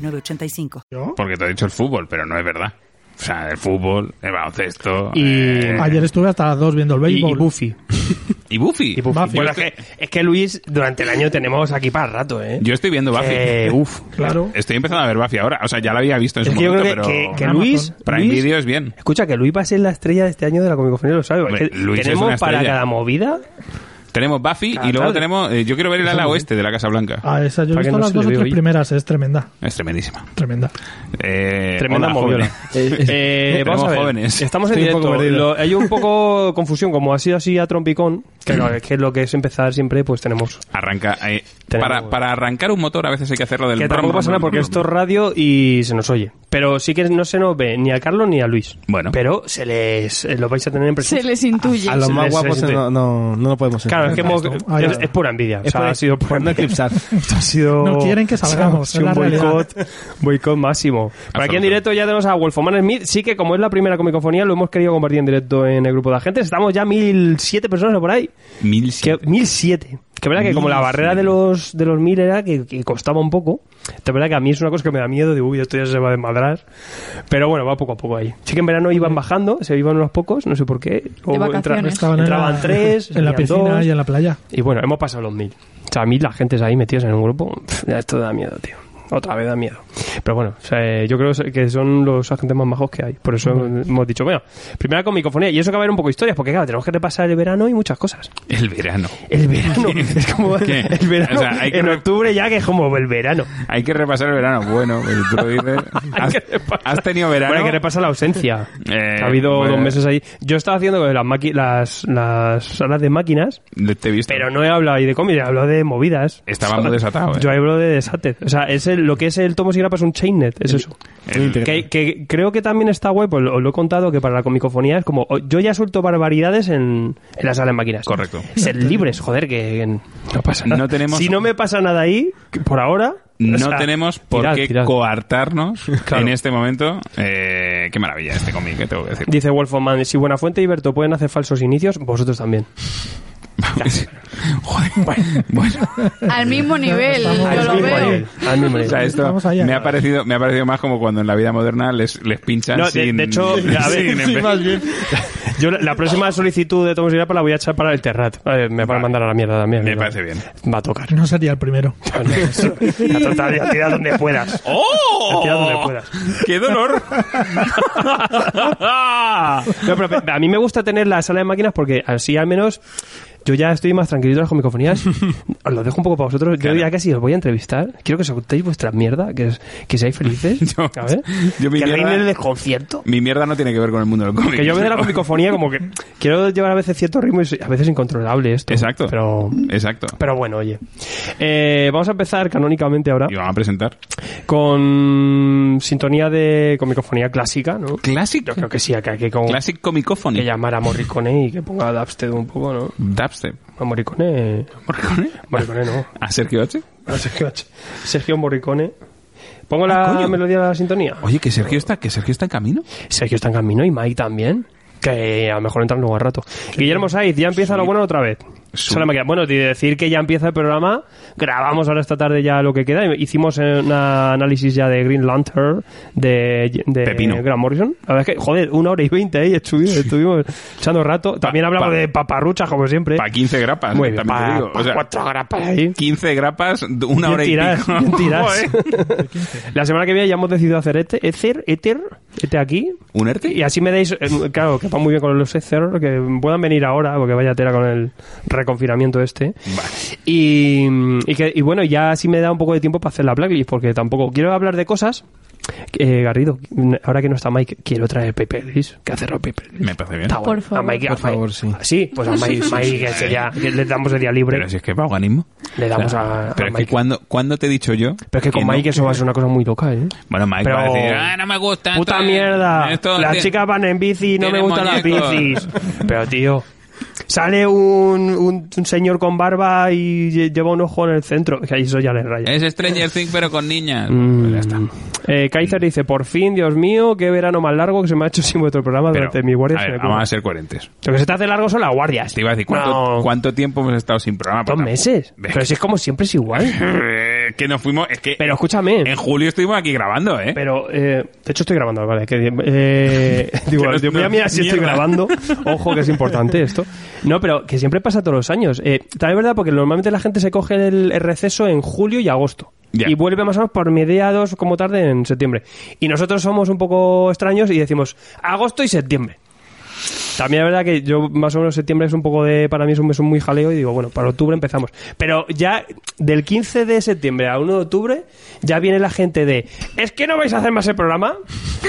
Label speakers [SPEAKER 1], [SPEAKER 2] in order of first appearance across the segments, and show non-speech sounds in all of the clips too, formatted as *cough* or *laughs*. [SPEAKER 1] 985.
[SPEAKER 2] Porque te ha dicho el fútbol, pero no es verdad. O sea, el fútbol, el baloncesto.
[SPEAKER 3] Y
[SPEAKER 2] eh,
[SPEAKER 3] ayer estuve hasta las dos viendo el
[SPEAKER 4] Y,
[SPEAKER 3] béisbol.
[SPEAKER 4] y Buffy.
[SPEAKER 2] y Buffy.
[SPEAKER 3] Y Buffy.
[SPEAKER 4] Bueno, es que, es que Luis, durante el año tenemos aquí para rato, ¿eh?
[SPEAKER 2] Yo estoy viendo Buffy.
[SPEAKER 4] Eh, uf.
[SPEAKER 3] Claro.
[SPEAKER 2] Estoy empezando a ver Buffy ahora. O sea, ya la había visto en
[SPEAKER 4] Es
[SPEAKER 2] su
[SPEAKER 4] que yo
[SPEAKER 2] momento,
[SPEAKER 4] creo que,
[SPEAKER 2] pero.
[SPEAKER 4] que- que
[SPEAKER 3] Amazon.
[SPEAKER 4] Luis,
[SPEAKER 2] Prime
[SPEAKER 4] Luis-
[SPEAKER 2] Video es bien.
[SPEAKER 4] Escucha, que Luis va a ser la estrella de este año de la Comicofonía, lo sabe.
[SPEAKER 2] Hombre,
[SPEAKER 4] porque
[SPEAKER 2] Luis es
[SPEAKER 4] tenemos
[SPEAKER 2] una
[SPEAKER 4] para
[SPEAKER 2] estrella. Eh,
[SPEAKER 4] cada movida.
[SPEAKER 2] Tenemos Buffy
[SPEAKER 4] Ah,
[SPEAKER 2] y luego
[SPEAKER 4] claro.
[SPEAKER 2] tenemos. eh, yo quiero ver el ala
[SPEAKER 4] Eso sí.
[SPEAKER 2] oeste de la Casa Blanca.
[SPEAKER 3] Ah, esa yo he
[SPEAKER 4] Para que
[SPEAKER 3] visto
[SPEAKER 4] no
[SPEAKER 3] las
[SPEAKER 4] se le
[SPEAKER 3] dos o
[SPEAKER 4] vea
[SPEAKER 3] tres
[SPEAKER 4] bien.
[SPEAKER 3] primeras, es tremenda,
[SPEAKER 2] Es tremendísima.
[SPEAKER 3] tremenda.
[SPEAKER 2] *laughs* Eh,
[SPEAKER 4] Tremenda
[SPEAKER 2] hola,
[SPEAKER 4] moviola.
[SPEAKER 2] jóvenes.
[SPEAKER 4] Eh, vamos
[SPEAKER 2] Tenemos
[SPEAKER 4] a ver.
[SPEAKER 2] jóvenes.
[SPEAKER 4] Estamos en
[SPEAKER 3] Estoy un
[SPEAKER 4] directo.
[SPEAKER 3] poco perdido.
[SPEAKER 4] Lo- hay un poco confusión, como ha sido así a trompicón, que, claro, es que lo que es empezar siempre, pues tenemos.
[SPEAKER 2] Arranca. eh,
[SPEAKER 4] Tenemos-
[SPEAKER 2] para, para arrancar un motor a veces hay que hacerlo del.
[SPEAKER 4] Que tampoco pasa nada porque esto es radio y se nos oye. Pero sí que no se nos ve ni a Carlos ni a Luis.
[SPEAKER 2] Bueno.
[SPEAKER 4] Pero se les eh, lo vais a tener en
[SPEAKER 5] Se
[SPEAKER 4] presencia.
[SPEAKER 5] les intuye.
[SPEAKER 6] A los
[SPEAKER 4] Se
[SPEAKER 6] más
[SPEAKER 4] les-
[SPEAKER 6] guapos
[SPEAKER 4] se les-
[SPEAKER 6] no, no, no lo podemos
[SPEAKER 4] Claro, es que
[SPEAKER 6] enseñar.
[SPEAKER 4] hemos-
[SPEAKER 3] Ahí
[SPEAKER 4] es,
[SPEAKER 3] está.
[SPEAKER 4] Ah, es pura envidia. O
[SPEAKER 6] Es
[SPEAKER 4] sea,
[SPEAKER 6] por-
[SPEAKER 4] ha sido pura
[SPEAKER 6] por no
[SPEAKER 4] envidia.
[SPEAKER 6] eclipsar.
[SPEAKER 4] Esto *laughs* ha sido.
[SPEAKER 3] No quieren que
[SPEAKER 4] o sea,
[SPEAKER 3] salgamos,
[SPEAKER 4] ha sido
[SPEAKER 3] es la
[SPEAKER 4] un
[SPEAKER 3] realidad.
[SPEAKER 4] boicot, boicot máximo. Pero aquí en directo ya tenemos a Wolfoman Smith. Sí que, como es la primera comicofonía, lo hemos querido compartir en directo en el grupo de agentes. Estamos ya 1007 personas por ahí.
[SPEAKER 2] Mil
[SPEAKER 4] Que, 1007. Que verdad que como la
[SPEAKER 2] 1007.
[SPEAKER 4] barrera de los de los 1000 era que, que costaba un poco, de verdad que a mí es una cosa que me da miedo, de uy, esto ya se va a desmadrar. Pero bueno, va poco a poco ahí. Sí que en verano iban bajando, se iban unos pocos, no sé por qué. Luego entra-
[SPEAKER 5] vacaciones.
[SPEAKER 3] Estaban en
[SPEAKER 4] entraban
[SPEAKER 3] la-
[SPEAKER 4] tres,
[SPEAKER 3] en la
[SPEAKER 4] salían
[SPEAKER 3] piscina
[SPEAKER 4] dos.
[SPEAKER 3] y en la playa.
[SPEAKER 4] Y bueno, hemos pasado los mil. O sea, a mí la gente ahí metidos en un grupo, pff, ya esto da miedo, tío. Otra vez da miedo. Pero bueno, o sea, eh, yo creo que son los agentes más majos que hay. Por eso hemos dicho, bueno, primera comicofonía. Y eso que va a haber un poco de historias, porque claro, tenemos que repasar el verano y muchas cosas.
[SPEAKER 2] El verano.
[SPEAKER 4] El verano, es como
[SPEAKER 2] ¿Qué?
[SPEAKER 4] el verano.
[SPEAKER 2] O sea, hay que
[SPEAKER 4] en
[SPEAKER 2] re-
[SPEAKER 4] octubre ya que es como el verano.
[SPEAKER 2] Hay que repasar el verano. Bueno, pues tú lo dices.
[SPEAKER 4] *laughs* Hay
[SPEAKER 2] ¿Has,
[SPEAKER 4] que repasar.
[SPEAKER 2] has tenido verano?
[SPEAKER 4] Bueno, hay que repasar la ausencia.
[SPEAKER 2] Eh,
[SPEAKER 4] ha habido
[SPEAKER 2] bueno.
[SPEAKER 4] dos meses ahí. Yo estaba haciendo las, maqui- las, las salas de máquinas,
[SPEAKER 2] Te he visto.
[SPEAKER 4] pero no he hablado ahí de comida, he hablado de movidas.
[SPEAKER 2] Estaba muy desatado, ¿eh?
[SPEAKER 4] *laughs* Yo hablo de desate. O sea, es el- lo que es el tomo grapa es un chainnet, es eso.
[SPEAKER 2] El-
[SPEAKER 4] Que, que creo que también está guay, pues os lo he contado, que para la comicofonía es como, o- yo ya suelto barbaridades en, en la sala de máquinas.
[SPEAKER 2] Correcto.
[SPEAKER 4] Ser libres, joder, que, que no pasa nada.
[SPEAKER 2] No tenemos-
[SPEAKER 4] Si no me pasa nada ahí, que por ahora...
[SPEAKER 2] No
[SPEAKER 4] *laughs* o sea,
[SPEAKER 2] tenemos por
[SPEAKER 4] tirad,
[SPEAKER 2] qué
[SPEAKER 4] tirad.
[SPEAKER 2] coartarnos
[SPEAKER 4] *laughs* Claro.
[SPEAKER 2] en este momento. Eh, qué maravilla este cómic, ¿qué tengo que *laughs* decir?
[SPEAKER 4] Dice Wolfoman, si Buenafuente y Berto pueden hacer falsos inicios, vosotros también.
[SPEAKER 2] Joder, *laughs* bueno.
[SPEAKER 5] Al mismo nivel,
[SPEAKER 3] Estamos
[SPEAKER 5] yo
[SPEAKER 4] Al
[SPEAKER 5] lo
[SPEAKER 4] mismo
[SPEAKER 5] veo.
[SPEAKER 4] nivel, al mismo
[SPEAKER 2] O
[SPEAKER 4] nivel.
[SPEAKER 2] sea, esto
[SPEAKER 3] Vamos allá.
[SPEAKER 2] me ha, parecido, me ha parecido más como cuando en la vida moderna les, les pinchan
[SPEAKER 4] No, de-
[SPEAKER 2] sin... *laughs*
[SPEAKER 4] de hecho, a ver,
[SPEAKER 2] sin-
[SPEAKER 4] Yo la, la próxima solicitud de Tomos Grapa la voy a echar para el Terrat. A ver, me van a mandar a la mierda también.
[SPEAKER 2] Me
[SPEAKER 4] ¿no?
[SPEAKER 2] parece
[SPEAKER 4] *laughs*
[SPEAKER 2] bien.
[SPEAKER 4] Va a tocar.
[SPEAKER 3] No sería el primero.
[SPEAKER 4] La total, la tira donde puedas.
[SPEAKER 2] ¡Oh!
[SPEAKER 4] Tira donde puedas.
[SPEAKER 2] *laughs*
[SPEAKER 4] *laughs*
[SPEAKER 2] ¡Qué dolor!
[SPEAKER 4] No, pero a mí me gusta tener la sala de máquinas porque así al menos yo ya estoy más tranquilito en
[SPEAKER 2] *laughs*
[SPEAKER 4] las comicofonías. Os lo dejo un poco para vosotros.
[SPEAKER 2] Claro.
[SPEAKER 4] Yo ya casi os voy a entrevistar. Quiero que os contéis vuestra mierda, que, es- que
[SPEAKER 2] *laughs*
[SPEAKER 4] seáis felices.
[SPEAKER 2] Yo-
[SPEAKER 4] a ver.
[SPEAKER 2] yo mi
[SPEAKER 4] que
[SPEAKER 2] mierda-
[SPEAKER 4] reine el desconcierto.
[SPEAKER 2] Mi mierda no tiene que ver con el mundo del cómic.
[SPEAKER 4] Que yo veo de la comicofonía como que quiero llevar a veces cierto ritmo y soy- a veces incontrolable esto.
[SPEAKER 2] Exacto.
[SPEAKER 4] Pero,
[SPEAKER 2] *laughs* Exacto.
[SPEAKER 4] pero bueno, oye. Eh, vamos a empezar canónicamente ahora
[SPEAKER 2] Y vamos a presentar.
[SPEAKER 4] con sintonía de comicofonía clásica, ¿no?
[SPEAKER 2] Clásico.
[SPEAKER 4] Yo creo que sí, acá hay que, con,
[SPEAKER 2] Classic Comicophony.
[SPEAKER 4] que llamar a Morricone y que ponga Dubstep un poco, ¿no?
[SPEAKER 2] Dubstep.
[SPEAKER 4] A Morricone.
[SPEAKER 2] ¿Morricone?
[SPEAKER 4] Morricone no. *laughs*
[SPEAKER 2] ¿A Sergio H?
[SPEAKER 4] A Sergio H. Sergio Morricone. ¿Pongo la
[SPEAKER 2] coño.
[SPEAKER 4] melodía de la sintonía?
[SPEAKER 2] Oye, que Sergio está, que Sergio está en camino.
[SPEAKER 4] Sergio está en camino y Mike también. Que a lo mejor entran luego al rato. Guillermo Saiz, ya empieza lo bueno otra vez.
[SPEAKER 2] Sí.
[SPEAKER 4] Solo me queda- Bueno, te iba a decir que ya empieza el programa. Grabamos ahora esta tarde ya lo que queda. Hicimos eh, un análisis ya de Green Lantern de, de
[SPEAKER 2] Pepino.
[SPEAKER 4] Grant Morrison. La verdad es que, joder, una hora y veinte ahí estuvimos, estuvimos echando rato. También hablamos
[SPEAKER 2] pa-
[SPEAKER 4] de paparruchas, como siempre.
[SPEAKER 2] Pa' 15 grapas.
[SPEAKER 4] Muy
[SPEAKER 2] eh,
[SPEAKER 4] bien,
[SPEAKER 2] también
[SPEAKER 4] pa-
[SPEAKER 2] te digo.
[SPEAKER 4] pa' cuatro grapas ahí.
[SPEAKER 2] 15 grapas, d- una
[SPEAKER 4] Bien
[SPEAKER 2] hora
[SPEAKER 4] tirás,
[SPEAKER 2] y pico.
[SPEAKER 4] bien tirás.
[SPEAKER 2] *laughs* Joder.
[SPEAKER 4] La semana que viene ya hemos decidido hacer este, Ether, Ether, este aquí.
[SPEAKER 2] ¿Un ERTE?
[SPEAKER 4] Y así me dais, eh, claro, que va muy bien con los Ether, que puedan venir ahora, porque vaya tela con el reconfinamiento este. mm,
[SPEAKER 2] Vale.
[SPEAKER 4] Y, y que, y bueno, ya así me da un poco de tiempo para hacer la blacklist, porque tampoco quiero hablar de cosas eh, Garrido, ahora que no está Mike, quiero traer Paper Days. ¿Qué hace Rob Paper Days?
[SPEAKER 2] Me parece bien.
[SPEAKER 4] Está
[SPEAKER 5] Por
[SPEAKER 4] bueno.
[SPEAKER 5] favor.
[SPEAKER 4] A Mike, a
[SPEAKER 6] Por
[SPEAKER 4] Mike-
[SPEAKER 6] favor, sí.
[SPEAKER 4] Sí, pues a
[SPEAKER 5] *laughs*
[SPEAKER 4] Mike, Mike, que se ya- que le damos el día libre.
[SPEAKER 2] Pero si es que va organismo.
[SPEAKER 4] Le damos a- a
[SPEAKER 2] Pero es que
[SPEAKER 4] Mike.
[SPEAKER 2] cuando, cuando te he dicho yo.
[SPEAKER 4] Pero es que con
[SPEAKER 2] no-
[SPEAKER 4] Mike eso va a ser una cosa muy loca, ¿eh?
[SPEAKER 2] Bueno, Mike
[SPEAKER 4] Pero-
[SPEAKER 2] va a decir, ah, no me gusta.
[SPEAKER 4] ¡Puta
[SPEAKER 2] esto-
[SPEAKER 4] mierda!
[SPEAKER 2] esto
[SPEAKER 4] las
[SPEAKER 2] tiene-
[SPEAKER 4] chicas van en bici, no me
[SPEAKER 2] tiene
[SPEAKER 4] gustan las
[SPEAKER 2] muñecos. *laughs*
[SPEAKER 4] bicis. Pero, tío, sale un, un, un señor con barba y lle- lleva un ojo en el centro. Que ahí eso ya le raya.
[SPEAKER 2] Es Stranger Things, pero con niñas. Pues
[SPEAKER 4] Mm.
[SPEAKER 2] ya está.
[SPEAKER 4] Eh, Kaiser dice, por fin, Dios mío, qué verano más largo que se me ha hecho sin vuestro programa
[SPEAKER 2] Pero,
[SPEAKER 4] durante mi guardia.
[SPEAKER 2] a
[SPEAKER 4] se
[SPEAKER 2] ver,
[SPEAKER 4] me ocurre".
[SPEAKER 2] vamos a ser coherentes.
[SPEAKER 4] Lo que se te hace largo son las guardias.
[SPEAKER 2] Te iba a decir, ¿cuánto,
[SPEAKER 4] No.
[SPEAKER 2] cuánto tiempo hemos estado sin programa?
[SPEAKER 4] Dos
[SPEAKER 2] Pues,
[SPEAKER 4] meses.
[SPEAKER 2] Ve.
[SPEAKER 4] Pero si es como siempre
[SPEAKER 2] *laughs*
[SPEAKER 4] es igual.
[SPEAKER 2] Eh, *laughs* que nos fuimos. Es que
[SPEAKER 4] Pero escúchame.
[SPEAKER 2] en julio estuvimos aquí grabando, ¿eh?
[SPEAKER 4] Pero, eh, de hecho estoy grabando, vale. Que, eh,
[SPEAKER 2] *laughs*
[SPEAKER 4] digo,
[SPEAKER 2] Que no-
[SPEAKER 4] digo, mira,
[SPEAKER 2] no-
[SPEAKER 4] mira si estoy
[SPEAKER 2] mierda.
[SPEAKER 4] grabando. Ojo, que
[SPEAKER 2] *laughs*
[SPEAKER 4] es importante esto. No, pero que siempre pasa todos los años. Eh, también es verdad porque normalmente la gente se coge el, el receso en julio y agosto.
[SPEAKER 2] Ya.
[SPEAKER 4] Y vuelve más o menos por mediados como tarde en septiembre. Y nosotros somos un poco extraños y decimos agosto y septiembre. También es verdad que yo más o menos septiembre es un poco de para mí es un mes muy jaleo y digo, bueno, para octubre empezamos. Pero ya del 15 de septiembre a 1 de octubre ya viene la gente de, es que no vais a hacer más el programa,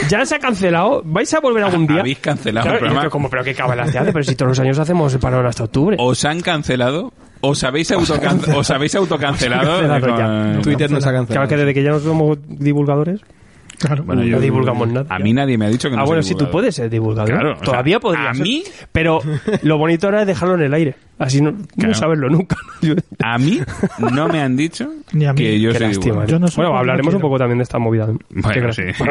[SPEAKER 4] ya se ha cancelado, vais a volver algún día.
[SPEAKER 2] Habéis cancelado
[SPEAKER 4] Claro,
[SPEAKER 2] el
[SPEAKER 4] y yo
[SPEAKER 2] programa.
[SPEAKER 4] como, pero qué cabalas te hace, pero si todos los años hacemos el parón hasta octubre.
[SPEAKER 2] Os han cancelado. Os habéis, autocan- os habéis autocancelado.
[SPEAKER 4] cancelado ya.
[SPEAKER 2] con-
[SPEAKER 6] Twitter nos ha
[SPEAKER 4] Claro
[SPEAKER 6] cancelado.
[SPEAKER 4] que desde que ya no somos divulgadores,
[SPEAKER 3] Claro.
[SPEAKER 2] Bueno, yo-
[SPEAKER 4] no divulgamos nada.
[SPEAKER 2] A mí nadie me ha dicho que no
[SPEAKER 4] ah,
[SPEAKER 2] soy
[SPEAKER 4] bueno, sí, tú
[SPEAKER 2] divulgador.
[SPEAKER 4] puedes ser divulgador.
[SPEAKER 2] Claro, o sea,
[SPEAKER 4] Todavía podría
[SPEAKER 2] a
[SPEAKER 4] ser.
[SPEAKER 2] mí-
[SPEAKER 4] Pero lo bonito era dejarlo en el aire. Así no, no
[SPEAKER 2] Claro.
[SPEAKER 4] saberlo nunca. *laughs* Yo-
[SPEAKER 2] A mí no me han
[SPEAKER 4] *laughs*
[SPEAKER 2] dicho
[SPEAKER 3] Ni a mí.
[SPEAKER 2] que yo
[SPEAKER 4] Qué
[SPEAKER 2] soy
[SPEAKER 4] lástima.
[SPEAKER 2] divulgador.
[SPEAKER 3] Yo no soy
[SPEAKER 4] bueno,
[SPEAKER 3] porque
[SPEAKER 4] hablaremos
[SPEAKER 3] no
[SPEAKER 4] un poco también de esta movida. Qué gracia.
[SPEAKER 2] sí.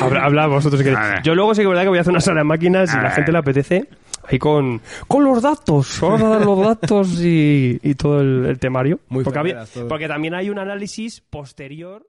[SPEAKER 4] Habla, habla vosotros. Que...
[SPEAKER 2] A ver.
[SPEAKER 4] Yo luego sí que es verdad que voy a hacer una sala de máquinas si
[SPEAKER 2] A
[SPEAKER 4] la
[SPEAKER 2] ver.
[SPEAKER 4] gente le apetece. Ahí con, con los datos. Vamos a dar los datos y, y todo el, el temario.
[SPEAKER 6] Muy
[SPEAKER 4] porque, había-
[SPEAKER 6] fronteras todo.
[SPEAKER 4] porque también hay un análisis posterior.